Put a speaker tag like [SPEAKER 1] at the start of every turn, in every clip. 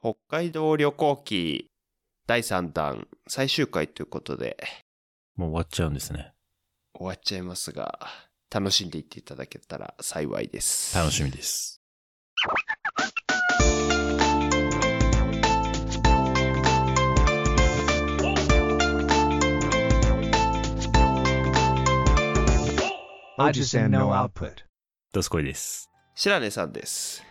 [SPEAKER 1] 北海道旅行記第3弾最終回ということで
[SPEAKER 2] もう終わっちゃうんですね。
[SPEAKER 1] 終わっちゃいますが楽しんでいっていただけたら幸いです。
[SPEAKER 2] 楽しみです。
[SPEAKER 3] Ajisen no output.
[SPEAKER 2] ドスコイです。
[SPEAKER 1] 白根さんです。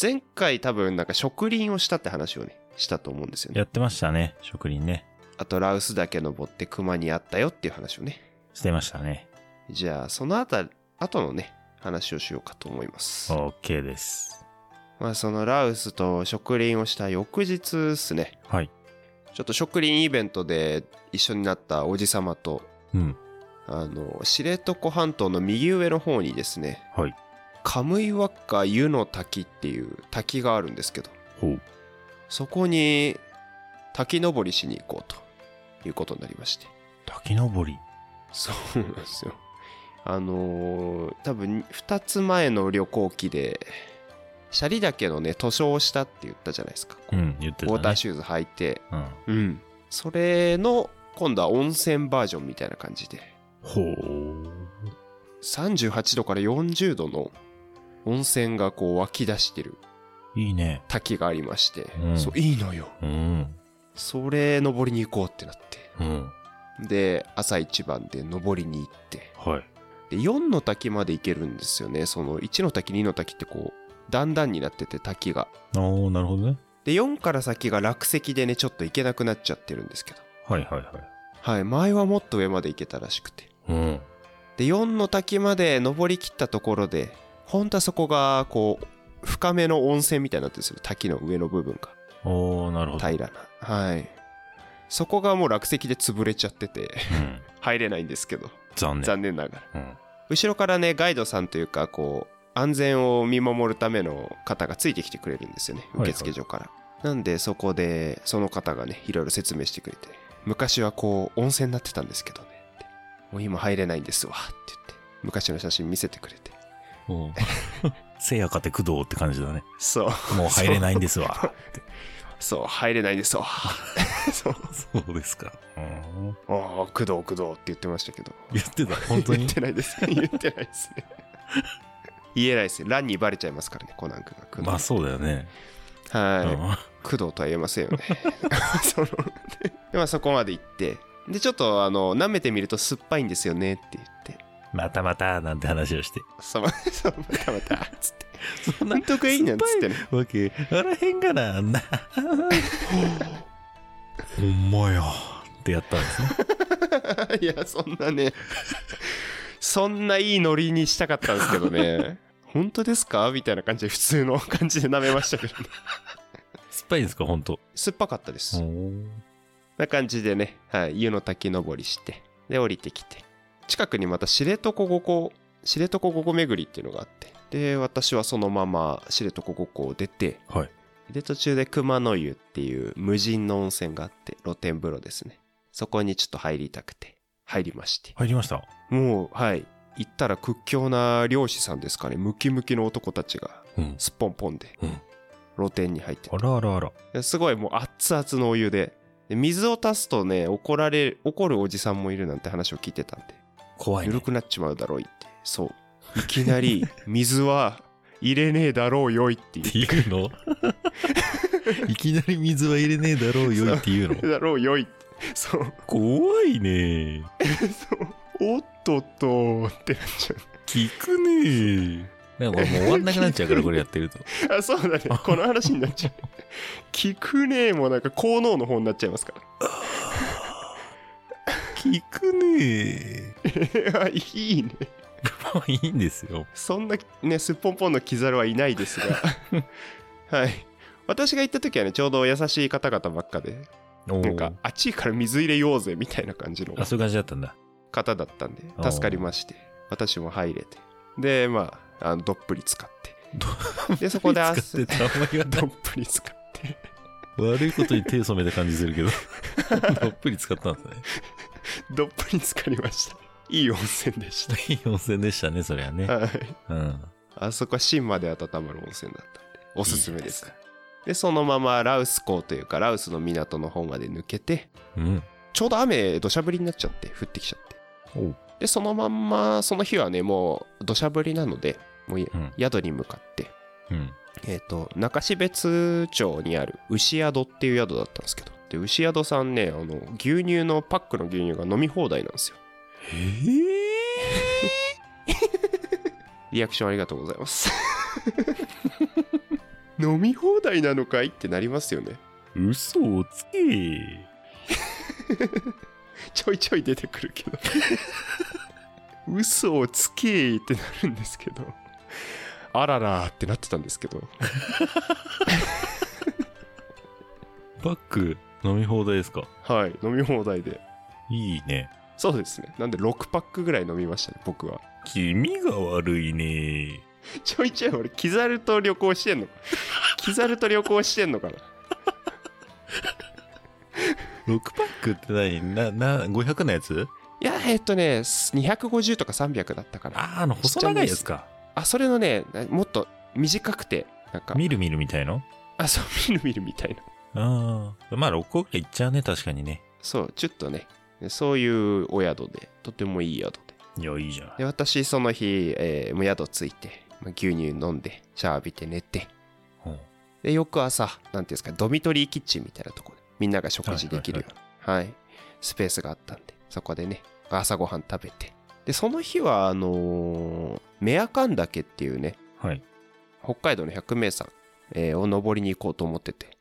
[SPEAKER 1] 前回多分なんか植林をしたって話をねしたと思うんですよね。
[SPEAKER 2] やってましたね。職人ね。
[SPEAKER 1] あと羅臼岳登って熊に会ったよっていう話をね。
[SPEAKER 2] してましたね。
[SPEAKER 1] じゃあそのあた後のね話をしようかと思います。
[SPEAKER 2] OK です。
[SPEAKER 1] まあその羅臼と植林をした翌日ですね。
[SPEAKER 2] はい。
[SPEAKER 1] ちょっと植林イベントで一緒になったおじさまと
[SPEAKER 2] うん。
[SPEAKER 1] あの知床半島の右上の方にですね
[SPEAKER 2] はい。
[SPEAKER 1] カムイワッカ湯の滝っていう滝があるんですけど
[SPEAKER 2] ほう。
[SPEAKER 1] そこに滝登りしに行こうということになりまして
[SPEAKER 2] 滝登り。
[SPEAKER 1] そうなんですよあのー多分2つ前の旅行記でシャリ岳のね塗装をしたって言ったじゃないですか、
[SPEAKER 2] うん。言ってた、
[SPEAKER 1] ウ
[SPEAKER 2] ね。
[SPEAKER 1] ォーターシューズ履いて
[SPEAKER 2] うん。
[SPEAKER 1] うんそれの今度は温泉バージョンみたいな感じで
[SPEAKER 2] ほう。
[SPEAKER 1] 38度から40度の温泉がこう湧き出してる
[SPEAKER 2] いいね。
[SPEAKER 1] 滝がありまして、
[SPEAKER 2] うん
[SPEAKER 1] そういいのよ
[SPEAKER 2] うん。
[SPEAKER 1] それ登りに行こうってなって
[SPEAKER 2] うん。
[SPEAKER 1] で朝一番で登りに行って
[SPEAKER 2] は
[SPEAKER 1] で
[SPEAKER 2] い。
[SPEAKER 1] 4の滝まで行けるんですよねその1の滝2の滝ってこう段々になってて滝が
[SPEAKER 2] おー、なるほどね。
[SPEAKER 1] で4から先が落石でねちょっと行けなくなっちゃってるんですけど
[SPEAKER 2] はいはいはい。
[SPEAKER 1] はい前はもっと上まで行けたらしくて
[SPEAKER 2] うん。
[SPEAKER 1] で4の滝まで登りきったところで本当はそこがこう深めの温泉みたいになってるんですよ滝の上の部分が
[SPEAKER 2] おー、なるほど。
[SPEAKER 1] 平らなはいそこがもう落石で潰れちゃってて
[SPEAKER 2] うん。
[SPEAKER 1] 入れないんですけど
[SPEAKER 2] 残念。
[SPEAKER 1] 残念ながら
[SPEAKER 2] うん。
[SPEAKER 1] 後ろからねガイドさんというかこう安全を見守るための方がついてきてくれるんですよね
[SPEAKER 2] はいはい
[SPEAKER 1] 受付所から、なんでそこでその方がねいろいろ説明してくれて昔はこう温泉になってたんですけどねってもう今入れないんですわって言って昔の写真見せてくれて
[SPEAKER 2] おー せやかて工藤って感じだ ね。
[SPEAKER 1] そう
[SPEAKER 2] もう入れないんですわ。
[SPEAKER 1] そう入れないんです わそう
[SPEAKER 2] そうですか。うん。
[SPEAKER 1] ああ工藤工藤って言ってましたけど
[SPEAKER 2] 言ってた。本当
[SPEAKER 1] 言
[SPEAKER 2] に
[SPEAKER 1] ってない です。言ってないですね。言えないですね。ランにバレちゃいますからね、コナン君が工藤。
[SPEAKER 2] まあそうだよね。
[SPEAKER 1] はい、
[SPEAKER 2] うん。
[SPEAKER 1] 工藤とは言えませんよね。 そので、まあ、そこまで行って、で、ちょっと、あの、舐めてみると酸っぱいんですよねって言って、
[SPEAKER 2] またまたなんて話をして。
[SPEAKER 1] そま、 そまたまた、つ って、
[SPEAKER 2] そん
[SPEAKER 1] 納得いいねんつってね。
[SPEAKER 2] わけあらへんがな、な。ほんまや。ってやったんですね。
[SPEAKER 1] い や、そんなね、そんないいノリにしたかったんですけどね。本当ですかみたいな感じで普通の感じで舐めましたけどね、
[SPEAKER 2] 酸っぱいんですか、ほんと。
[SPEAKER 1] 酸っぱかったです。
[SPEAKER 2] ん。
[SPEAKER 1] な感じでね、はい、湯の滝登りして、で、降りてきて、近くにまた知床五湖、知床五湖巡りっていうのがあって、で、私はそのまま知床五湖を出て、
[SPEAKER 2] はい。
[SPEAKER 1] で、途中で熊の湯っていう無人の温泉があって、露天風呂ですね。そこにちょっと入りたくて、入りまして。
[SPEAKER 2] 入りました。
[SPEAKER 1] もう、はい、行ったら屈強な漁師さんですかね、ムキムキの男たちが、
[SPEAKER 2] うん。
[SPEAKER 1] すっぽんぽんで
[SPEAKER 2] うん、
[SPEAKER 1] 露天に入ってて
[SPEAKER 2] あらあらあら。
[SPEAKER 1] ですごいもう熱々のお湯でで水を足すとね怒られる怒るおじさんもいるなんて話を聞いてたんで
[SPEAKER 2] 怖い
[SPEAKER 1] 緩
[SPEAKER 2] ね。
[SPEAKER 1] くなっちまうだろういってそういきな り水は入れねえだろうよいって
[SPEAKER 2] って
[SPEAKER 1] 言う
[SPEAKER 2] いう のいきなり水は入れねえだろうよっていうの
[SPEAKER 1] だろうよいってそう
[SPEAKER 2] 怖いね。
[SPEAKER 1] おっとっとってなっちゃ
[SPEAKER 2] 聞くねなんかもう終わんなくなっちゃうから、これやってると。
[SPEAKER 1] うあそうだねこの話になっちゃう聞くねえもなんか効能の方になっちゃいますから
[SPEAKER 2] 聞くね
[SPEAKER 1] いやいいね
[SPEAKER 2] もういいんですよ。
[SPEAKER 1] そんなねすっぽんぽんのキザルはいないです がはい私が行った時はねちょうど優しい方々ばっかで
[SPEAKER 2] な
[SPEAKER 1] なんか、あっちいから水入れようぜみたいな感じの
[SPEAKER 2] あ、そういう感じだったんだ。
[SPEAKER 1] 方だったんで
[SPEAKER 2] おー
[SPEAKER 1] 助かりまして私も入れてでまああのどっぷり使 ってでそこで
[SPEAKER 2] 使
[SPEAKER 1] 汗
[SPEAKER 2] ってたあんまりは
[SPEAKER 1] どっぷり使って
[SPEAKER 2] 悪いことに手染めた感じす るけどどっぷり使ったんですね
[SPEAKER 1] どっぷり浸かりましたいい温泉でし
[SPEAKER 2] いい温泉でしたねそりゃね
[SPEAKER 1] たはい
[SPEAKER 2] うん
[SPEAKER 1] あそこは芯まで温まる温泉だったんでおすすめです
[SPEAKER 2] いい
[SPEAKER 1] でそのままラウス港というかラウスの港の方まで抜けて
[SPEAKER 2] うん。
[SPEAKER 1] ちょうど雨土砂降りになっちゃって降ってきちゃって
[SPEAKER 2] おう。
[SPEAKER 1] でそのまんまその日はねもう土砂降りなのでもうい
[SPEAKER 2] うん
[SPEAKER 1] 宿に向かって、
[SPEAKER 2] うん。
[SPEAKER 1] えっ、と中標津町にある牛宿っていう宿だったんですけどで牛宿さんねあの牛乳のパックの牛乳が飲み放題なんですよ
[SPEAKER 2] ええ
[SPEAKER 1] リアクションありがとうございます 飲み放題なのかいってなりますよね
[SPEAKER 2] ー、嘘をつけ
[SPEAKER 1] ちょいちょい出てくるけど嘘をつけーってなるんですけどあららーってなってたんですけど
[SPEAKER 2] バック飲み放題ですか
[SPEAKER 1] はい飲み放題で
[SPEAKER 2] いいね。
[SPEAKER 1] そうですねなんで6パックぐらい飲みましたね僕は
[SPEAKER 2] 気味が悪いね。
[SPEAKER 1] ちょいちょい俺キザルと旅行してんのキザルと旅行してんのかな
[SPEAKER 2] 6パックって何な、な、500のやつ
[SPEAKER 1] いやえっとね250とか300だったかなあ
[SPEAKER 2] あー、あの、細長いやつか。
[SPEAKER 1] それのねなもっと短くてなんか
[SPEAKER 2] 見る見るみたいの
[SPEAKER 1] あそう見る見るみたいな
[SPEAKER 2] ああ。まあ、6個ぐらいいっちゃうね、確かにね。
[SPEAKER 1] そうちょっとねそういうお宿でとてもいい宿で
[SPEAKER 2] いや、いいじゃん。
[SPEAKER 1] で私その日、えーもう宿着いてまあ牛乳飲んでシャワー浴びて寝て
[SPEAKER 2] うん
[SPEAKER 1] で翌朝なんていうんですかドミトリーキッチンみたいなところでみんなが食事できるようなはいスペースがあったんでそこでね朝ごはん食べてでその日はあのーメアカン岳っていうね
[SPEAKER 2] はい。
[SPEAKER 1] 北海道の百名山、えーを登りに行こうと思ってて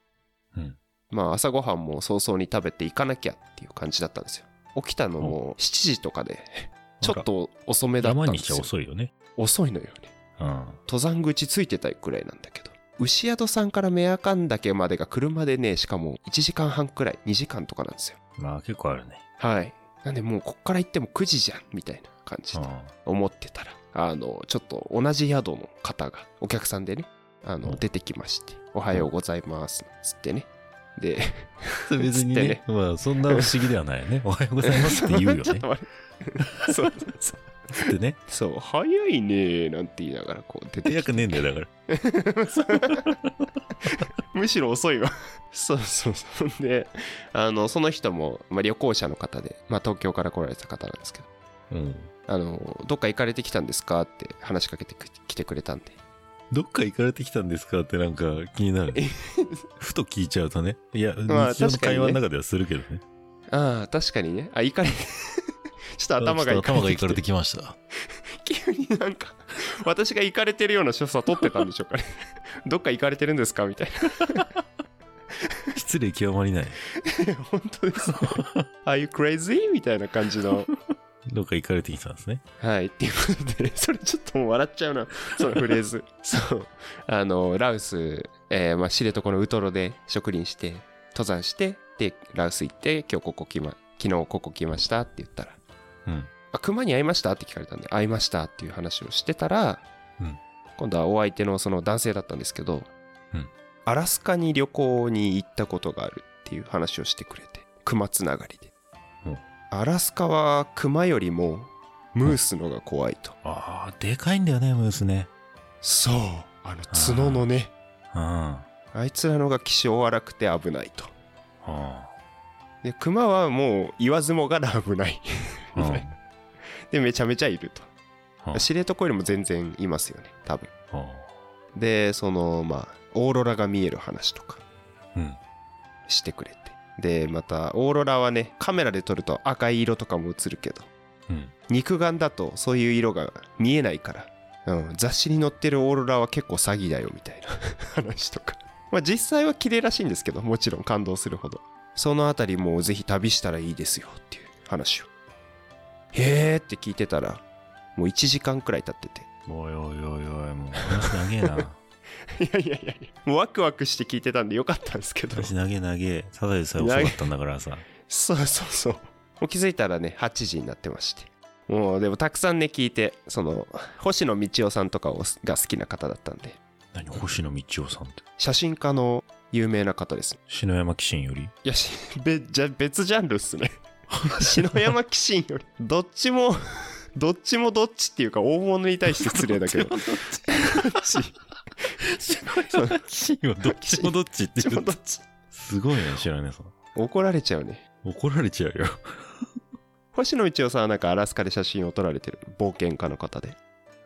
[SPEAKER 2] うん。
[SPEAKER 1] まあ朝ごはんも早々に食べて行かなきゃっていう感じだったんですよ起きたのも7時とかで ちょっと遅めだった
[SPEAKER 2] 山
[SPEAKER 1] んで
[SPEAKER 2] にし
[SPEAKER 1] す
[SPEAKER 2] ちゃ
[SPEAKER 1] よ
[SPEAKER 2] 遅いよね。
[SPEAKER 1] 遅いのよね
[SPEAKER 2] うん。
[SPEAKER 1] 登山口ついてたいくらいなんだけど牛宿さんからメアカン岳までが車でねしかも1時間半くらい2時間とかなんですよ
[SPEAKER 2] まあ、結構あるね。
[SPEAKER 1] はいなんでもうこっから行っても9時じゃんみたいな感じで
[SPEAKER 2] う
[SPEAKER 1] 思ってたらあのちょっと同じ宿の方がお客さんでねあ
[SPEAKER 2] う
[SPEAKER 1] の
[SPEAKER 2] ん
[SPEAKER 1] 出てきまして「おはようございます」つってねで
[SPEAKER 2] ん。別
[SPEAKER 1] つっ
[SPEAKER 2] に
[SPEAKER 1] て
[SPEAKER 2] ね
[SPEAKER 1] ね、
[SPEAKER 2] まあ、そんな不思議ではないよね。 おはようございますって言う よ
[SPEAKER 1] ちょっ
[SPEAKER 2] ね
[SPEAKER 1] と。待って そうそう
[SPEAKER 2] つってね。
[SPEAKER 1] そう早いねーなんて言いながらこう出てきて
[SPEAKER 2] 早くねえんだよ、だから。
[SPEAKER 1] むしろ遅いわ そうそうそうであのその人も、まあ、旅行者の方で、まあ、東京から来られた方なんですけど
[SPEAKER 2] うん。
[SPEAKER 1] あのどっか行かれてきたんですかって話しかけてく来てくれたんで
[SPEAKER 2] どっか行かれてきたんですかってなんか気になる。ふと聞いちゃうとね。いや、
[SPEAKER 1] まあ
[SPEAKER 2] 日常の
[SPEAKER 1] 確かにね
[SPEAKER 2] 会話の中ではするけどね。
[SPEAKER 1] ああ確かにねあ行かれ ちょっと頭が
[SPEAKER 2] ちょ
[SPEAKER 1] 行
[SPEAKER 2] っと頭
[SPEAKER 1] か
[SPEAKER 2] が
[SPEAKER 1] れて
[SPEAKER 2] 行
[SPEAKER 1] き
[SPEAKER 2] かれて
[SPEAKER 1] て
[SPEAKER 2] きました。
[SPEAKER 1] 急になんか私が行かれてるような所作取ってたんでしょうか ねどっか行かれてるんですかみたい
[SPEAKER 2] 失礼極まりない。
[SPEAKER 1] な本当 ですね Are you crazy? みたいな感じの
[SPEAKER 2] どっか行かれてきたんですね。
[SPEAKER 1] はい。っていうことで、 それちょっともう笑っちゃうな、そのフレー ズ。そう。あの、ラウス、えーまあ、知床のウトロで植林して、登山して、で、ラウス行って、今日ここ来ま、昨日ここ来ましたって言ったら、
[SPEAKER 2] うん。
[SPEAKER 1] あ、熊に会いましたって聞かれたんで、会いましたっていう話をしてたら、
[SPEAKER 2] うん
[SPEAKER 1] 今度はお相手のその男性だったんですけど、
[SPEAKER 2] うん
[SPEAKER 1] アラスカに旅行に行ったことがあるっていう話をしてくれて、熊つながりで。
[SPEAKER 2] うん
[SPEAKER 1] アラスカは熊よりもムースのが怖いと。
[SPEAKER 2] ああ、でかいんだよね、ムースね。
[SPEAKER 1] そうあの角のね
[SPEAKER 2] うん。あ
[SPEAKER 1] あいつらのが気性荒くて危ないと
[SPEAKER 2] あ。
[SPEAKER 1] で熊はもう言わずもがな危ない
[SPEAKER 2] うん
[SPEAKER 1] はいでめちゃめちゃいる
[SPEAKER 2] う
[SPEAKER 1] と
[SPEAKER 2] ん
[SPEAKER 1] 知床よりも全然いますよね多分
[SPEAKER 2] あ
[SPEAKER 1] でそのまあオーロラが見える話とか
[SPEAKER 2] あうん。
[SPEAKER 1] してくれてでまたオーロラはねカメラで撮ると赤い色とかも映るけど
[SPEAKER 2] うん。
[SPEAKER 1] 肉眼だとそういう色が見えないから、うん、雑誌に載ってるオーロラは結構詐欺だよみたいな 話とか、まあ、実際は綺麗らしいんですけどもちろん感動するほどそのあたりもうぜひ旅したらいいですよっていう話をへーって聞いてたらもう1時間くらい経ってて
[SPEAKER 2] おいおいおいおい、もう話長えな。
[SPEAKER 1] いやいやいやいやもうワクワクして聞いてたんでよかったんですけ ど
[SPEAKER 2] 私長え長え。ただでさえ遅かったんだからさ。
[SPEAKER 1] そうそうそう。もう気づいたらね、8時になってまして。もうでもたくさんね、聞いて、その、星野道夫さんとかをが好きな方だったんで、
[SPEAKER 2] 何、星野道夫さんって。
[SPEAKER 1] 写真家の有名な方です。
[SPEAKER 2] 篠山紀信より
[SPEAKER 1] いや、し べじゃ別ジャンルっすね。 篠山紀信より、どっち も、どっちもどっちっていうか、大物に対して失礼だけど。どっちそう
[SPEAKER 2] シーンはどっちもどっちって言う
[SPEAKER 1] どっち
[SPEAKER 2] すごいね、知らねえさん。
[SPEAKER 1] 怒られちゃうね
[SPEAKER 2] 怒られちゃうよ。
[SPEAKER 1] 星野道夫さんはなんかアラスカで写真を撮られてる冒険家の方で
[SPEAKER 2] へ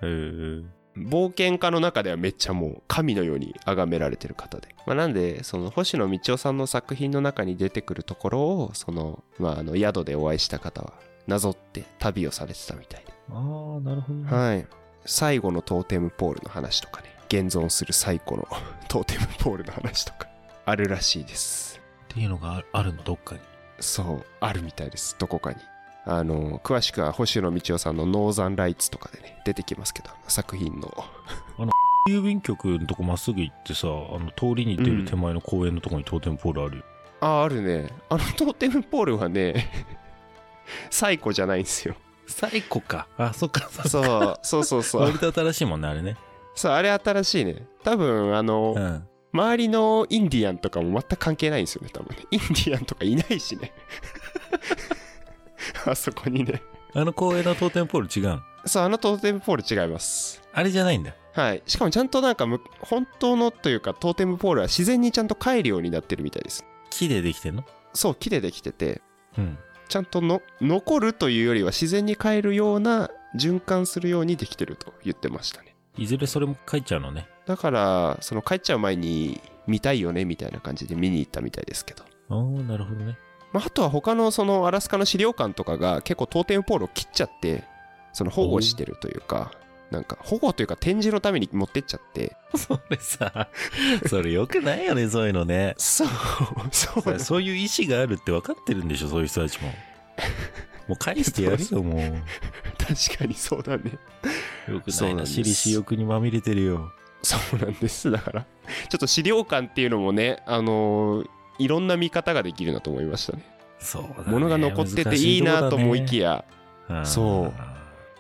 [SPEAKER 2] え。
[SPEAKER 1] 冒険家の中ではめっちゃもう神のように崇められてる方で、まあ、なんでその星野道夫さんの作品の中に出てくるところをその,、まああの宿でお会いした方はなぞって旅をされてたみたいで、
[SPEAKER 2] ああ、なるほどね。
[SPEAKER 1] はい最後のトーテムポールの話とかね現存する最古の トーテムポールの話とかあるらしいです
[SPEAKER 2] っていうのがあるあるの、どっかに。
[SPEAKER 1] そうあるみたいですどこかにあの詳しくは星野道夫さんの「ノーザンライツ」とかでね出てきますけど作品の
[SPEAKER 2] 郵便局のとこまっすぐ行ってさ、あの通りに出る手前の公園のとこに当店ポールあるよ。
[SPEAKER 1] あ、あるね。あのトーテムポールはね、 サイコじゃないんですよ。
[SPEAKER 2] 最古か。あ、そっか、そっか
[SPEAKER 1] そう、そうそうそ
[SPEAKER 2] 割
[SPEAKER 1] う。
[SPEAKER 2] と新しい もんね、あれね。
[SPEAKER 1] そう、あれ新しいね。多分、あの
[SPEAKER 2] う、ん。
[SPEAKER 1] 周りのインディアンとかも全く関係ないんですよね、多分ね。インディアンとかいないし ね。あそこにね。
[SPEAKER 2] あの公園の当店ポール違うの。
[SPEAKER 1] そう、あのトーテムポール違います。
[SPEAKER 2] あれじゃないんだ。
[SPEAKER 1] はい。しかもちゃんとなんかむ、本当のというか、トーテムポールは自然にちゃんと帰るようになってるみたいです。
[SPEAKER 2] 木でできてんの
[SPEAKER 1] そう、木でできてて、
[SPEAKER 2] うん。
[SPEAKER 1] ちゃんとの残るというよりは自然に変えるような循環するようにできてると言ってましたね
[SPEAKER 2] いずれそれも書いちゃうのね。
[SPEAKER 1] だからその帰っちゃう前に見たいよねみたいな感じで見に行ったみたいですけど、
[SPEAKER 2] ああ、なるほ どね。
[SPEAKER 1] まあ、あとは他のそのアラスカの資料館とかが結構トーテムポールを切っちゃってその保護してるというかなんか保護というか展示のために持ってっちゃって
[SPEAKER 2] それさ、それ良くないよね、そういうのね。
[SPEAKER 1] そうそう
[SPEAKER 2] さ そういう意思があるって分かってるんでしょ、そういう人た ちも。もう返してやるよ、もう。
[SPEAKER 1] 確かにそうだね
[SPEAKER 2] よく
[SPEAKER 1] そ
[SPEAKER 2] な
[SPEAKER 1] う
[SPEAKER 2] い
[SPEAKER 1] なんです
[SPEAKER 2] な、私利私欲にまみれてるよ。
[SPEAKER 1] そうなんですだからちょっと資料館っていうのもねあのーいろんな見方ができるなと思いましたね
[SPEAKER 2] そうだ、ね。
[SPEAKER 1] 物が残ってていいなと思いきや、
[SPEAKER 2] や
[SPEAKER 1] そ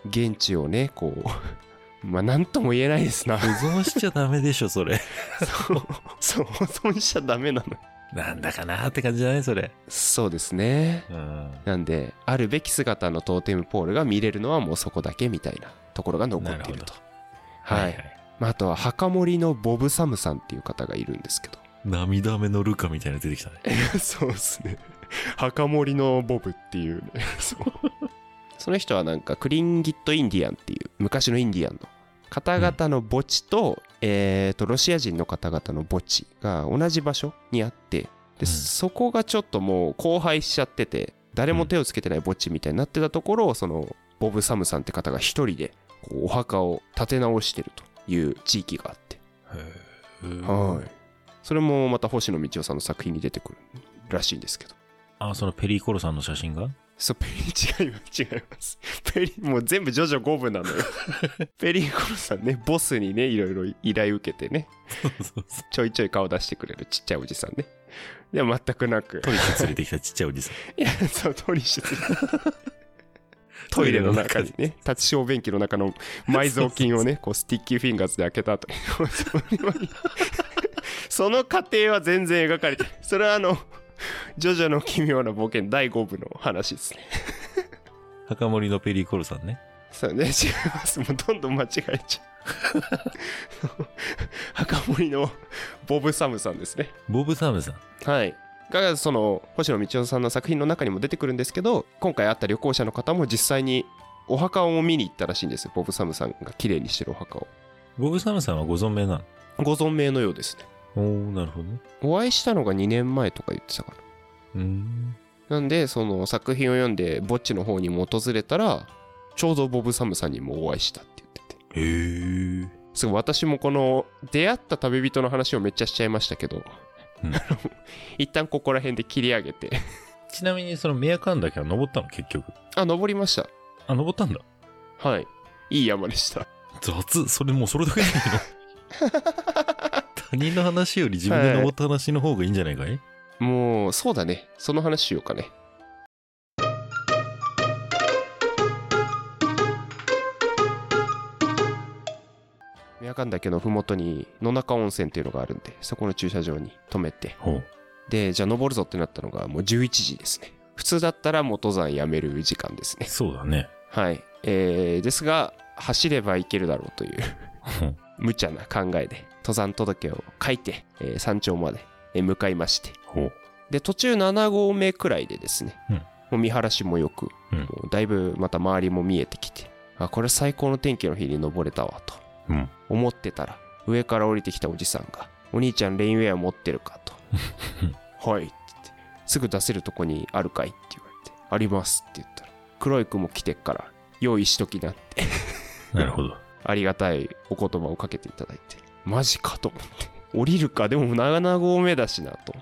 [SPEAKER 1] う現地をねこう まあ何とも言えないです な
[SPEAKER 2] 保存しちゃダメでしょ、それ。
[SPEAKER 1] そうそう保存しちゃダメなの
[SPEAKER 2] なんだかなって感じじゃないそれ。
[SPEAKER 1] そうですね
[SPEAKER 2] うん。
[SPEAKER 1] なんであるべき姿のトーテムポールが見れるのはもうそこだけみたいなところが残っている
[SPEAKER 2] なる
[SPEAKER 1] とはい、
[SPEAKER 2] い。
[SPEAKER 1] まあ、あとは墓守のボブ・サムさんっていう方がいるんですけど
[SPEAKER 2] 涙目のルカみたいなの出てきたね。
[SPEAKER 1] そうですね墓守のボブっていうね そうその人はなんかクリンギット・インディアンっていう昔のインディアンの方々の墓地と,、えー、とロシア人の方々の墓地が同じ場所にあってで、
[SPEAKER 2] うん
[SPEAKER 1] そこがちょっともう荒廃しちゃってて誰も手をつけてない墓地みたいになってたところをそのボブ・サムさんって方が一人でこうお墓を建て直してるという地域があってはい。それもまた星野道夫さんの作品に出てくるらしいんですけど。
[SPEAKER 2] あ、そのペリーコロさんの写真が
[SPEAKER 1] そう、ペリー違います、違います。ペリー、もう全部ジョジョ5部なの よ。ペリーコロさんね、ボスにね、いろいろ依頼受けてね、
[SPEAKER 2] そうそうそう。
[SPEAKER 1] ちょいちょい顔出してくれるちっちゃいおじさんね。でも全くなく。
[SPEAKER 2] トイレに連れてきたちっちゃいおじ さん。
[SPEAKER 1] いや、そう、トイレして トイレの中にね、立ち小便器の中の埋蔵 金をね、こうスティッキーフィンガーズで開けた後に それはいいその過程は全然描かれてない、それはあの、ジョジョの奇妙な冒険第5部の話ですね。
[SPEAKER 2] 墓守のペリーコロさんね。
[SPEAKER 1] そうね、違い ます。もうどんどん間違えちゃ う。墓守のボブ・サムさんですね。
[SPEAKER 2] ボブ・サムさん。
[SPEAKER 1] はい。がその星野道夫さんの作品の中にも出てくるんですけど今回会った旅行者の方も実際にお墓を見に行ったらしいんですよボブ・サムさんが綺麗にしてるお墓を
[SPEAKER 2] ボブ・サムさんはご存命な
[SPEAKER 1] ご存命のようですね
[SPEAKER 2] のおおなるほどね。
[SPEAKER 1] お会いしたのが2年前とか言ってたか
[SPEAKER 2] うーん。
[SPEAKER 1] ななんでその作品を読んで墓地の方にも訪れたらちょうどボブ・サムさんにもお会いしたって言ってて
[SPEAKER 2] へえ。
[SPEAKER 1] すごい私もこの出会った旅人の話をめっちゃしちゃいましたけど、
[SPEAKER 2] うん
[SPEAKER 1] あの 一旦ここら辺で切り上げて
[SPEAKER 2] ちなみにそのメアカン岳は登ったの結局。
[SPEAKER 1] あ登りました
[SPEAKER 2] あ、登ったんだ。
[SPEAKER 1] はいいい山でした
[SPEAKER 2] 雑。それもうそれだけじゃないの 他人の話より自分で登った話の方がいいんじゃないかい、
[SPEAKER 1] もうそうだねその話しようかね宮神岳の麓に野中温泉っていうのがあるんでそこの駐車場に止めて
[SPEAKER 2] ほう。
[SPEAKER 1] でじゃあ登るぞってなったのがもう11時ですね普通だったらもう登山やめる時間ですね
[SPEAKER 2] そうだね。
[SPEAKER 1] はいえー、ですが走れば行けるだろうという無茶な考えで登山届を書いて、えー山頂までえー向かいまして
[SPEAKER 2] ほう。
[SPEAKER 1] で途中7合目くらいでですね、
[SPEAKER 2] うん
[SPEAKER 1] もう見晴らしもよく、
[SPEAKER 2] うん
[SPEAKER 1] もうだいぶまた周りも見えてきてあこれ最高の天気の日に登れたわと
[SPEAKER 2] うん。
[SPEAKER 1] 思ってたら上から降りてきたおじさんが「お兄ちゃんレインウェア持ってるか?」と 「はい」って言って「すぐ出せるとこにあるかい?」って言われて「あります」って言ったら「黒い雲来てっから用意しときな」って
[SPEAKER 2] なるほど。
[SPEAKER 1] ありがたいお言葉をかけていただいてマジかと思って降りるかでも7合目だしなと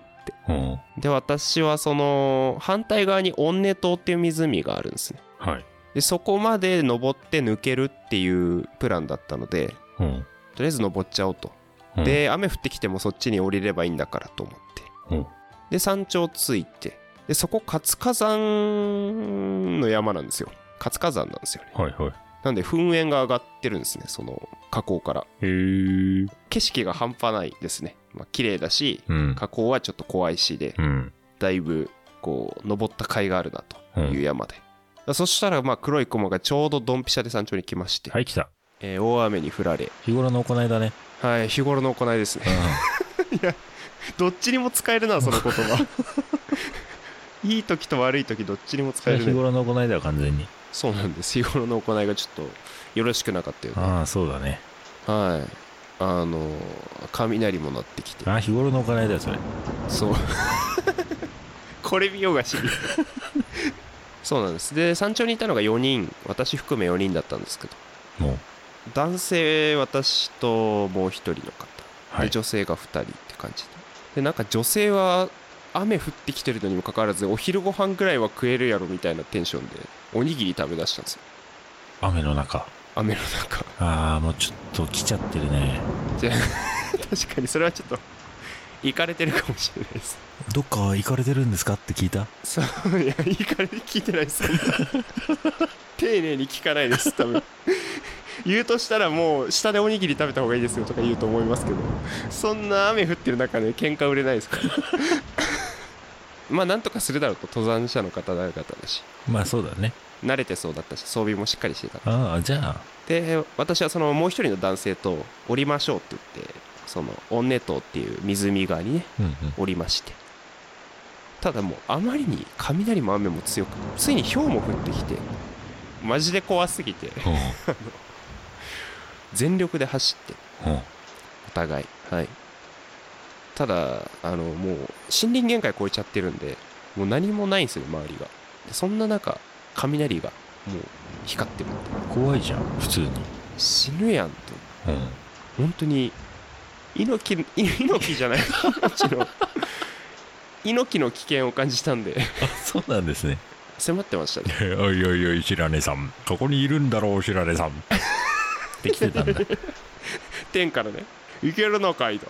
[SPEAKER 2] うん。
[SPEAKER 1] で私はその反対側にオンネ島っていう湖があるんですね
[SPEAKER 2] はい。
[SPEAKER 1] でそこまで登って抜けるっていうプランだったので
[SPEAKER 2] うん。
[SPEAKER 1] とりあえず登っちゃおうと
[SPEAKER 2] うん、
[SPEAKER 1] で雨降ってきてもそっちに降りればいいんだからと思って
[SPEAKER 2] うん
[SPEAKER 1] で山頂着いてでそこ活火山の山なんですよ活火山なんですよね
[SPEAKER 2] はいはい。
[SPEAKER 1] なんで噴煙が上がってるんですねその火口から
[SPEAKER 2] へえ。
[SPEAKER 1] 景色が半端ないですねまあ綺麗だし
[SPEAKER 2] うん。
[SPEAKER 1] 火口はちょっと怖いしで
[SPEAKER 2] うん。
[SPEAKER 1] だいぶこう登った甲斐があるなという山で、そしたらまあ黒い雲がちょうどドンピシャで山頂に来まして、
[SPEAKER 2] はい、来た。
[SPEAKER 1] えー大雨に降られ
[SPEAKER 2] 日頃の行いだね。
[SPEAKER 1] はい日頃の行い ですね
[SPEAKER 2] う
[SPEAKER 1] どっちにも使えるな、その言 葉。いい時と悪い時どっちにも使
[SPEAKER 2] ん。
[SPEAKER 1] え
[SPEAKER 2] 日
[SPEAKER 1] るね。
[SPEAKER 2] 頃の行いだよ、完全に。
[SPEAKER 1] そうなんです。日頃の行いがちょっとよろしくなかったよね。
[SPEAKER 2] ああ、そうだね。
[SPEAKER 1] はい。あの、雷も鳴ってきて。
[SPEAKER 2] ああ、日頃の行いだよ、それ。
[SPEAKER 1] そう。 これ見ようがし に。そうなんです。で、山頂にいたのが4人、私含め4人だったんですけど、
[SPEAKER 2] もう。
[SPEAKER 1] 男性、私ともう1人の方、
[SPEAKER 2] は
[SPEAKER 1] で
[SPEAKER 2] い。
[SPEAKER 1] 女性が2人って感じででなんか女性は雨降ってきてるのにもかかわらずお昼ご飯ぐらいは食えるやろみたいなテンションでおにぎり食べだしたんですよ
[SPEAKER 2] 雨の中。
[SPEAKER 1] 雨の中
[SPEAKER 2] ああ、もうちょっと来ちゃってるね。
[SPEAKER 1] 確かにそれはちょっと 行かれてるかもしれないです
[SPEAKER 2] どっか行かれてるんですかって聞いた
[SPEAKER 1] そういや行かれて聞いてないですそんな丁寧に聞かないです多分言うとしたらもう下でおにぎり食べた方がいいですよとか言うと思いますけどそんな雨降ってる中で喧嘩売れないですからまあなんとかするだろうと登山者の方々だし
[SPEAKER 2] まあそうだね。
[SPEAKER 1] 慣れてそうだったし装備もしっかりしてた
[SPEAKER 2] ああ、じゃあ。
[SPEAKER 1] で私はそのもう一人の男性と降りましょうって言ってそのオンネ島っていう湖側にね
[SPEAKER 2] うんうん。
[SPEAKER 1] 降りましてただもうあまりに雷も雨も強くついに氷も降ってきてマジで怖すぎて
[SPEAKER 2] う
[SPEAKER 1] 全力で走って
[SPEAKER 2] ん。うん。
[SPEAKER 1] お互いはいただあのもう森林限界超えちゃってるんでもう何もないんですよ周りがでそんな中雷がもう光ってるんで
[SPEAKER 2] 怖いじゃん、普通に。
[SPEAKER 1] 死ぬやんと
[SPEAKER 2] うん。
[SPEAKER 1] 本当に猪木猪木じゃない 命の猪木の危険を感じたんで
[SPEAKER 2] あ、そうなんですね。
[SPEAKER 1] 迫ってましたね
[SPEAKER 2] おいおいおい、白根さん。ここにいるんだろう、白 根さん。って来てたんだ。
[SPEAKER 1] 天からねいけるのかいと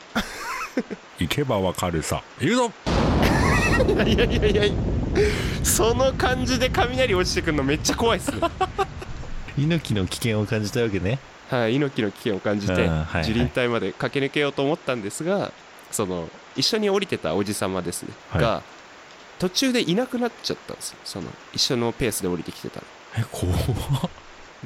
[SPEAKER 2] 行けばわかるさ。いるぞ
[SPEAKER 1] いやいやいやいやその感じで雷落ちてくるのめっちゃ怖いっすね
[SPEAKER 2] 猪木の危険を感じたわけね。
[SPEAKER 1] はい猪木の危険を感じて
[SPEAKER 2] うんはいはい
[SPEAKER 1] 樹林帯まで駆け抜けようと思ったんですがその一緒に降りてたおじさまですね、
[SPEAKER 2] はい
[SPEAKER 1] が途中でいなくなっちゃったんですよその一緒のペースで降りてきてたら
[SPEAKER 2] え、怖っ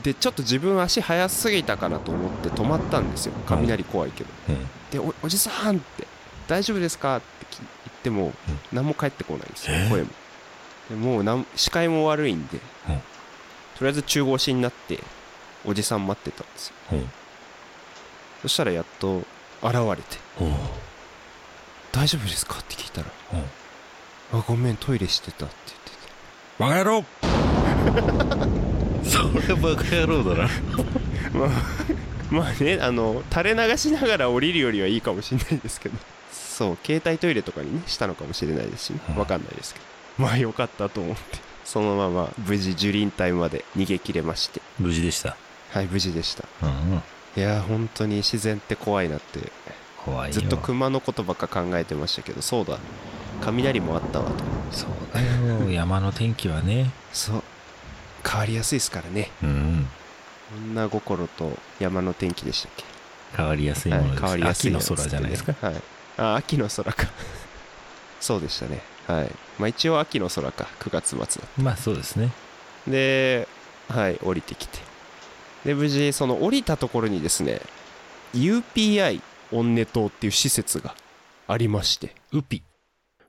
[SPEAKER 1] でちょっと自分足速すぎたかなと思って止まったんですよ雷怖いけど
[SPEAKER 2] うん。
[SPEAKER 1] でおおじさんって大丈夫ですかってき言っても何も返ってこないんですよ
[SPEAKER 2] えー
[SPEAKER 1] 声もでもうなん視界も悪いんで、
[SPEAKER 2] うん
[SPEAKER 1] とりあえず中腰になっておじさん待ってたんですよ
[SPEAKER 2] うん。
[SPEAKER 1] そしたらやっと現れて
[SPEAKER 2] おう
[SPEAKER 1] 「大丈夫ですか?」って聞いたら「
[SPEAKER 2] うん。
[SPEAKER 1] あごめんトイレしてた」って言ってて
[SPEAKER 2] バカ野郎 それバカ野郎だな。
[SPEAKER 1] まあ まあねあの垂れ流しながら降りるよりはいいかもしれないですけどそう携帯トイレとかにねしたのかもしれないですしね
[SPEAKER 2] うん
[SPEAKER 1] わかんないですけどまあよかったと思ってそのまま無事樹林帯まで逃げ切れまして
[SPEAKER 2] 無事でした。
[SPEAKER 1] はい無事でした
[SPEAKER 2] うんうん。
[SPEAKER 1] いやー本当に自然って怖いなって
[SPEAKER 2] 怖いよ。
[SPEAKER 1] ずっと熊のことばっか考えてましたけどそうだ雷もあったわと
[SPEAKER 2] そうだよ。山の天気はね。
[SPEAKER 1] そう変わりやすいですからね
[SPEAKER 2] うん。
[SPEAKER 1] 女心と山の天気でしたっけ
[SPEAKER 2] 変わりやすいもの
[SPEAKER 1] は
[SPEAKER 2] です。
[SPEAKER 1] い、変わりやすい
[SPEAKER 2] 秋の空じゃないですか。
[SPEAKER 1] はい、あ秋の空かそうでしたねはいまあ一応秋の空か9月末だ
[SPEAKER 2] まあそうですね。
[SPEAKER 1] ではい降りてきてで無事その降りたところにですね UPI オンネ島っていう施設がありまして、
[SPEAKER 2] ウピ。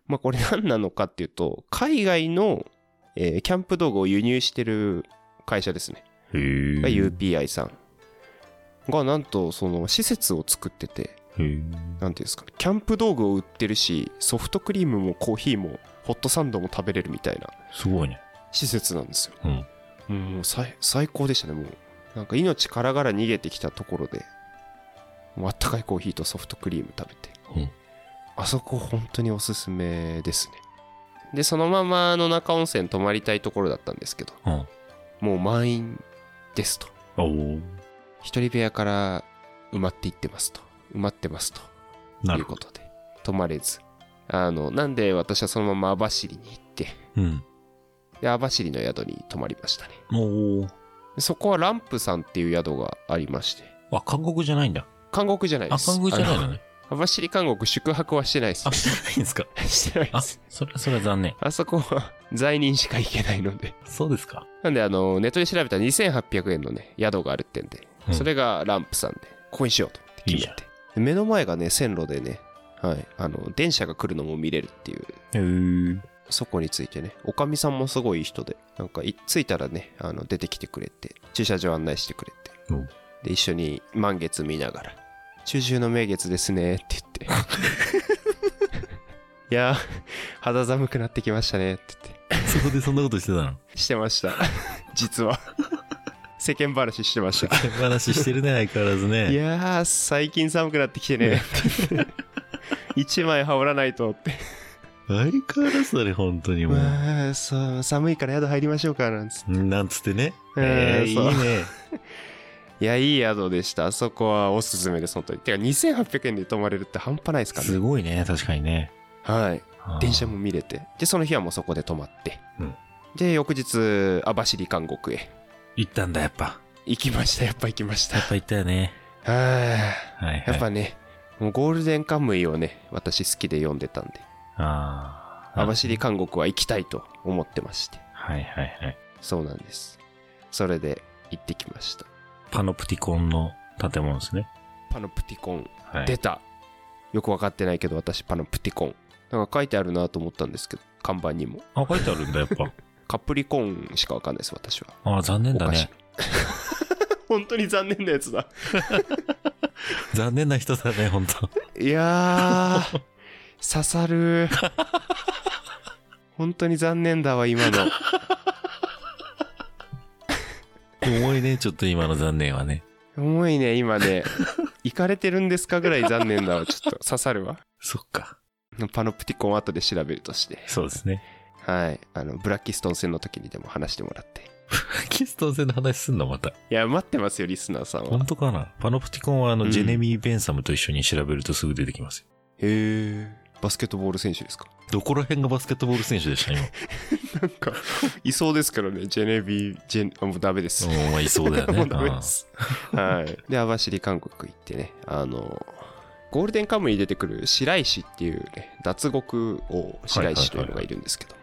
[SPEAKER 1] まあこれ何なのかっていうと、海外の、えーキャンプ道具を輸入してる会社ですね。
[SPEAKER 2] へ
[SPEAKER 1] が
[SPEAKER 2] え。
[SPEAKER 1] UPI さんがなんとその施設を作ってて、
[SPEAKER 2] へえ。
[SPEAKER 1] なんていうんですか、キャンプ道具を売ってるし、ソフトクリームもコーヒーもホットサンドも食べれるみたいな
[SPEAKER 2] すごいね。
[SPEAKER 1] 施設なんですよ。
[SPEAKER 2] うん。
[SPEAKER 1] うん、もう最最高でしたね、もう。なんか命からがら逃げてきたところで、もうあったかいコーヒーとソフトクリーム食べて。
[SPEAKER 2] うん
[SPEAKER 1] あそこ本当におすすめですね。で、そのままの中温泉泊まりたいところだったんですけど、
[SPEAKER 2] うん。
[SPEAKER 1] もう満員ですと。
[SPEAKER 2] おお。
[SPEAKER 1] 一人部屋から埋まっていってますと。埋まってますと。
[SPEAKER 2] な
[SPEAKER 1] いう
[SPEAKER 2] る
[SPEAKER 1] こ
[SPEAKER 2] ほ
[SPEAKER 1] とで、泊まれず。あの、なんで私はそのまま網走に行って、
[SPEAKER 2] ど。うん。
[SPEAKER 1] で、網走の宿に泊まりましたね。
[SPEAKER 2] おお。
[SPEAKER 1] でそこはランプさんっていう宿がありまして、
[SPEAKER 2] あ、韓国じゃないんだ。
[SPEAKER 1] 韓国じゃないで
[SPEAKER 2] あ、
[SPEAKER 1] す。
[SPEAKER 2] 韓国じゃな
[SPEAKER 1] あ
[SPEAKER 2] いの
[SPEAKER 1] の
[SPEAKER 2] ね。
[SPEAKER 1] 網走韓国宿泊はしてないです
[SPEAKER 2] あ、。してないん ですか。
[SPEAKER 1] してないで
[SPEAKER 2] あ、
[SPEAKER 1] す。
[SPEAKER 2] それはそれは残念。
[SPEAKER 1] あそこは在任しか行けないので。
[SPEAKER 2] そうですか。
[SPEAKER 1] なんで、あの、ネットで調べたら2800円のね、宿があるってんで、
[SPEAKER 2] うん
[SPEAKER 1] それがランプさんで、ここにしようと思って決めて
[SPEAKER 2] いい。
[SPEAKER 1] で目の前がね、線路でね、はい、あの、電車が来るのも見れるっていう
[SPEAKER 2] へえ。
[SPEAKER 1] そこについてね、おかみさんもすごいいい人で、なんかい着いたらね、あの出てきてくれて、駐車場案内してくれて、
[SPEAKER 2] うん
[SPEAKER 1] で、一緒に満月見ながら、中秋の名月ですねって言 って、いやー、肌寒くなってきましたねって言っ
[SPEAKER 2] そこでそんなことしてたの。
[SPEAKER 1] て、してました、 実は。 世間話してました。
[SPEAKER 2] 話してるね、相変わらず
[SPEAKER 1] い
[SPEAKER 2] ね。
[SPEAKER 1] やー、最近寒くなってきてねって言って、 一枚羽織らないとって。
[SPEAKER 2] 相変わらずだね、本当にもう。
[SPEAKER 1] まあ、そう寒いから宿入りましょうかなんつって。
[SPEAKER 2] なんつってね。
[SPEAKER 1] うん
[SPEAKER 2] えーいい
[SPEAKER 1] そう
[SPEAKER 2] ね。
[SPEAKER 1] いや、いい宿でした。あそこはおすすめです、本当に。てか、2800円で泊まれるって半端ないですから
[SPEAKER 2] す
[SPEAKER 1] ね。
[SPEAKER 2] ごいね、確かにね。
[SPEAKER 1] はい。
[SPEAKER 2] あー
[SPEAKER 1] 電車も見れて。で、その日はもうそこで泊まって。
[SPEAKER 2] うん
[SPEAKER 1] で、翌日、網走監獄へ
[SPEAKER 2] 行ったんだ、やっぱ。
[SPEAKER 1] 行きました。やっぱ行きました。
[SPEAKER 2] やっぱ行ったよね。
[SPEAKER 1] はい。
[SPEAKER 2] はい、はい。
[SPEAKER 1] やっぱね、もうゴールデンカムイをね、私好きで読んでたんで、
[SPEAKER 2] ああ。
[SPEAKER 1] 網走監獄は行きたいと思ってまして。
[SPEAKER 2] はいはいはい。
[SPEAKER 1] そうなんです。それで行ってきました。
[SPEAKER 2] パノプティコンの建物ですね。
[SPEAKER 1] パノプティコン
[SPEAKER 2] はい。
[SPEAKER 1] 出たよく分かってないけど私パノプティコンなんか書いてあるなと思ったんですけど看板にも
[SPEAKER 2] あ、書いてあるんだ、や っぱ。
[SPEAKER 1] カプリコーンしか分かんないです私は
[SPEAKER 2] あー残念だ
[SPEAKER 1] お菓子
[SPEAKER 2] ね。
[SPEAKER 1] 本当に残念なやつだ
[SPEAKER 2] 残念な人だね、本当。
[SPEAKER 1] いや ー刺さる本当に残念だわ今の
[SPEAKER 2] 重いね、ちょっと今の残念はね。
[SPEAKER 1] 重いね今ね行かれてるんですかぐらい残念だわちょっと刺さるわ
[SPEAKER 2] そっか。
[SPEAKER 1] パノプティコン後で調べるとして
[SPEAKER 2] そうですね。
[SPEAKER 1] はいあのブラッキストン戦の時にでも話してもらって
[SPEAKER 2] キストン戦の話すんの、また。
[SPEAKER 1] いや待ってますよリスナーさんは
[SPEAKER 2] 本当かなパノプティコンはあの、
[SPEAKER 1] うん
[SPEAKER 2] ジェネミー・ベンサムと一緒に調べるとすぐ出てきますよ。
[SPEAKER 1] へえ、バスケットボール選手ですか
[SPEAKER 2] どこら辺がバスケットボール選手でした、今。
[SPEAKER 1] なんか、いそうですからね、ジェネビー、ジェネ、あもうダメです。
[SPEAKER 2] うん、まあ、いそうだよね。
[SPEAKER 1] もうダメです。はい。で、網走韓国行ってね、あの、ゴールデンカムイに出てくる白石っていうね、脱獄王白石というのがいるんですけど、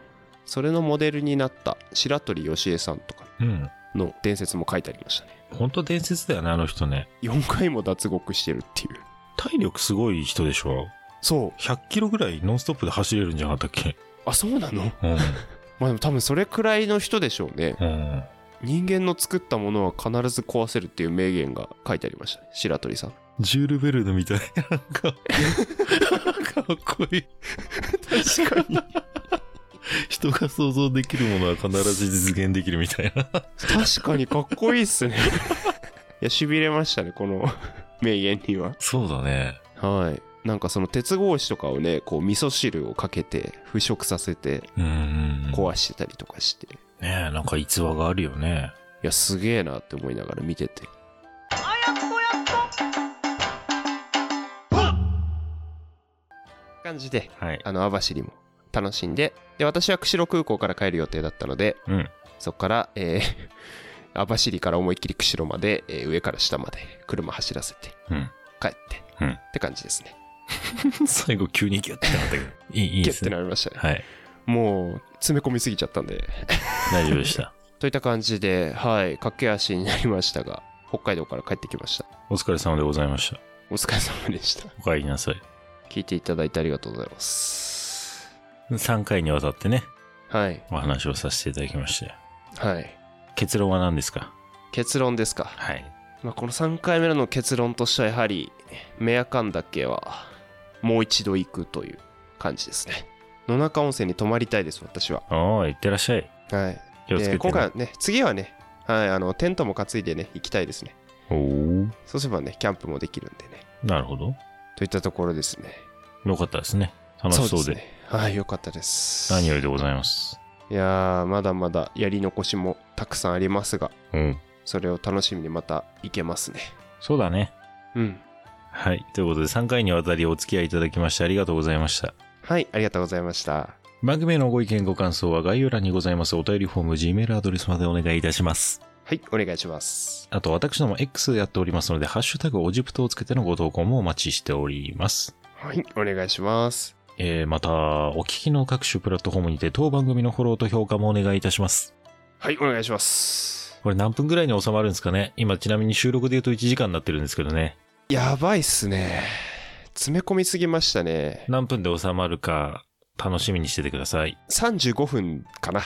[SPEAKER 1] それのモデルになった白鳥義恵さんとか
[SPEAKER 2] うんうん。
[SPEAKER 1] の伝説も書いてありましたね。
[SPEAKER 2] 本当伝説だよね、あの人ね。
[SPEAKER 1] 4回も脱獄してるっていう。
[SPEAKER 2] 体力すごい人でしょ
[SPEAKER 1] そう。
[SPEAKER 2] 100キロぐらいノンストップで走れるんじゃなかったっけ
[SPEAKER 1] あ、そうなの
[SPEAKER 2] うん。
[SPEAKER 1] まあでも多分それくらいの人でしょうね。
[SPEAKER 2] うん。
[SPEAKER 1] 人間の作ったものは必ず壊せるっていう名言が書いてありましたね白鳥さん
[SPEAKER 2] ジュール・ベルヌみたい。 なんか、かっこいい。
[SPEAKER 1] 確かに
[SPEAKER 2] 人が想像できるものは必ず実現できるみたいな。
[SPEAKER 1] 確かにかっこいいっすね いやしびれましたねこの名言には
[SPEAKER 2] そうだね。
[SPEAKER 1] はいなんかその鉄格子とかをねこう味噌汁をかけて腐食させて
[SPEAKER 2] うん。い。
[SPEAKER 1] 壊してたりとかして、い
[SPEAKER 2] ねえ、なんか逸話があるよね。
[SPEAKER 1] やすげえなって思いながら見てて感じで
[SPEAKER 2] はい。
[SPEAKER 1] あの網走も楽しんでで私は釧路空港から帰る予定だったので
[SPEAKER 2] うん。
[SPEAKER 1] そこから、えー、 網走から思いっきり釧路まで、えー上から下まで車走らせて
[SPEAKER 2] う
[SPEAKER 1] 帰って、
[SPEAKER 2] うん
[SPEAKER 1] って感じですね。
[SPEAKER 2] ん。最後急にギュッてなったけど。いい、いい
[SPEAKER 1] ギ
[SPEAKER 2] で
[SPEAKER 1] ュッ
[SPEAKER 2] す
[SPEAKER 1] て
[SPEAKER 2] ね。
[SPEAKER 1] なりましたね。
[SPEAKER 2] はい。
[SPEAKER 1] もう詰め込みすぎちゃったんで。
[SPEAKER 2] 大丈夫でした。
[SPEAKER 1] といった感じで、はい、駆け足になりましたが、北海道から帰ってきました。
[SPEAKER 2] お疲れ様でございました。
[SPEAKER 1] お疲れ様でした。
[SPEAKER 2] お帰りなさい。
[SPEAKER 1] 聞いていただいてありがとうございます。
[SPEAKER 2] 3回にわたってね、
[SPEAKER 1] はい。
[SPEAKER 2] お話をさせていただきまして。
[SPEAKER 1] はい。
[SPEAKER 2] 結論は何ですか
[SPEAKER 1] 結論ですか。
[SPEAKER 2] はい。
[SPEAKER 1] まあ、この3回目の結論としてはやはりメアカン岳はもう一度行くという感じですね野中温泉に泊まりたいです私は
[SPEAKER 2] おー、いってらっしゃい。
[SPEAKER 1] はい
[SPEAKER 2] 気をつけて、ね。
[SPEAKER 1] で今回はね次はねはいあのテントも担いでね行きたいですね
[SPEAKER 2] おー、
[SPEAKER 1] そうすればねキャンプもできるんでね
[SPEAKER 2] なるほど。
[SPEAKER 1] といったところですね
[SPEAKER 2] よかったですね。楽しそうで。
[SPEAKER 1] すねはいよかったです
[SPEAKER 2] 何よりでございます。
[SPEAKER 1] いやーまだまだやり残しもたくさんありますが
[SPEAKER 2] うん。
[SPEAKER 1] それを楽しみにまた行けますね
[SPEAKER 2] そうだね。
[SPEAKER 1] うん
[SPEAKER 2] はい。ということで、3回にわたりお付き合いいただきましてありがとうございました。
[SPEAKER 1] はいありがとうございました
[SPEAKER 2] 番組へのご意見、ご感想は概要欄にございますお便りフォーム、Gmail アドレスまでお願いいたします。
[SPEAKER 1] はいお願いします
[SPEAKER 2] あと、私ども X でやっておりますので、ハッシュタグオジプトをつけてのご投稿もお待ちしております。
[SPEAKER 1] はいお願いします
[SPEAKER 2] えー、また、お聞きの各種プラットフォームにて、当番組のフォローと評価もお願いいたします。
[SPEAKER 1] はい、お願いします。
[SPEAKER 2] これ何分ぐらいに収まるんですかね今ちなみに収録で言うと1時間になってるんですけどね。
[SPEAKER 1] やばいっすね。詰め込みすぎましたね。
[SPEAKER 2] 何分で収まるか、楽しみにしててください。
[SPEAKER 1] 35分かな。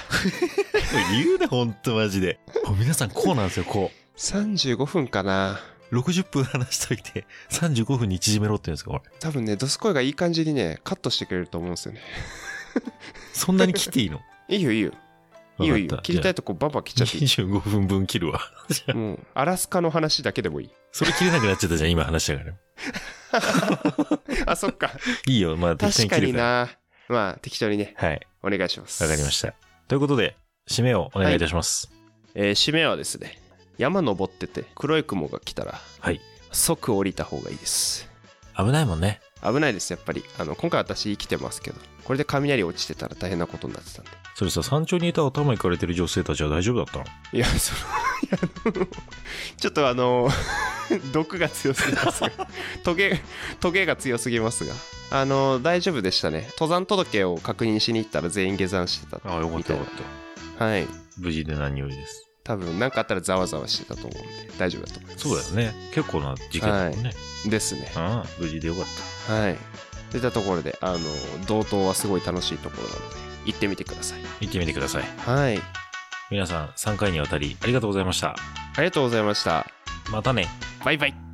[SPEAKER 2] 言うな、ほんとマジで。皆さんこうなんですよ、こ
[SPEAKER 1] 35分かな。
[SPEAKER 2] う。60分話しといて、35分に縮めろって言うんですか、これ。
[SPEAKER 1] 多分ね、ドスコイがいい感じにね、カットしてくれると思うんですよね。
[SPEAKER 2] そんなに切っていいの
[SPEAKER 1] いいよ、いいよ。 いいよ、いいよ。切りたい
[SPEAKER 2] と
[SPEAKER 1] とこバンバン切っちゃってい
[SPEAKER 2] 25分分切るわ。
[SPEAKER 1] い。もう、アラスカの話だけでもいい。
[SPEAKER 2] それ切れなくなっちゃったじゃん、今話したから。
[SPEAKER 1] あ、そっ か。
[SPEAKER 2] いいよ、まあ適当
[SPEAKER 1] 確
[SPEAKER 2] に
[SPEAKER 1] か
[SPEAKER 2] 切
[SPEAKER 1] に
[SPEAKER 2] るから。
[SPEAKER 1] な。まあ、適当にね、
[SPEAKER 2] はい、
[SPEAKER 1] お願いします。。
[SPEAKER 2] わかりましたた。ということで、締めをお願いいたします。
[SPEAKER 1] えー、締めはですね、山登ってて、黒い雲が来たら、
[SPEAKER 2] はい。
[SPEAKER 1] 即降りた方がいいです。
[SPEAKER 2] 危ないもんね。
[SPEAKER 1] 危ないですやっぱりあの今回私生きてますけどこれで雷落ちてたら大変なことになってたんで
[SPEAKER 2] それさ、山頂にいた頭いかれてる女性たちは大丈夫だったの
[SPEAKER 1] いやそのいや あのちょっとあの 毒が強すぎます がトゲトゲが強すぎますがあの大丈夫でしたね登山届を確認しに行ったら全員下山してた
[SPEAKER 2] ああ、よかったよかった。
[SPEAKER 1] たはい
[SPEAKER 2] 無事で何よりです。
[SPEAKER 1] 多分何かあったらざわざわしてたと思うんで大丈夫だと思います
[SPEAKER 2] そうだよね。結構な事件だもんね。
[SPEAKER 1] ですね
[SPEAKER 2] ああ、無事でよかった。
[SPEAKER 1] はいといったところであの道東はすごい楽しいところなので行ってみてください
[SPEAKER 2] 行ってみてください。
[SPEAKER 1] はい
[SPEAKER 2] 皆さん、3回にわたりありがとうございました。
[SPEAKER 1] ありがとうございました
[SPEAKER 2] またね。
[SPEAKER 1] バイバイ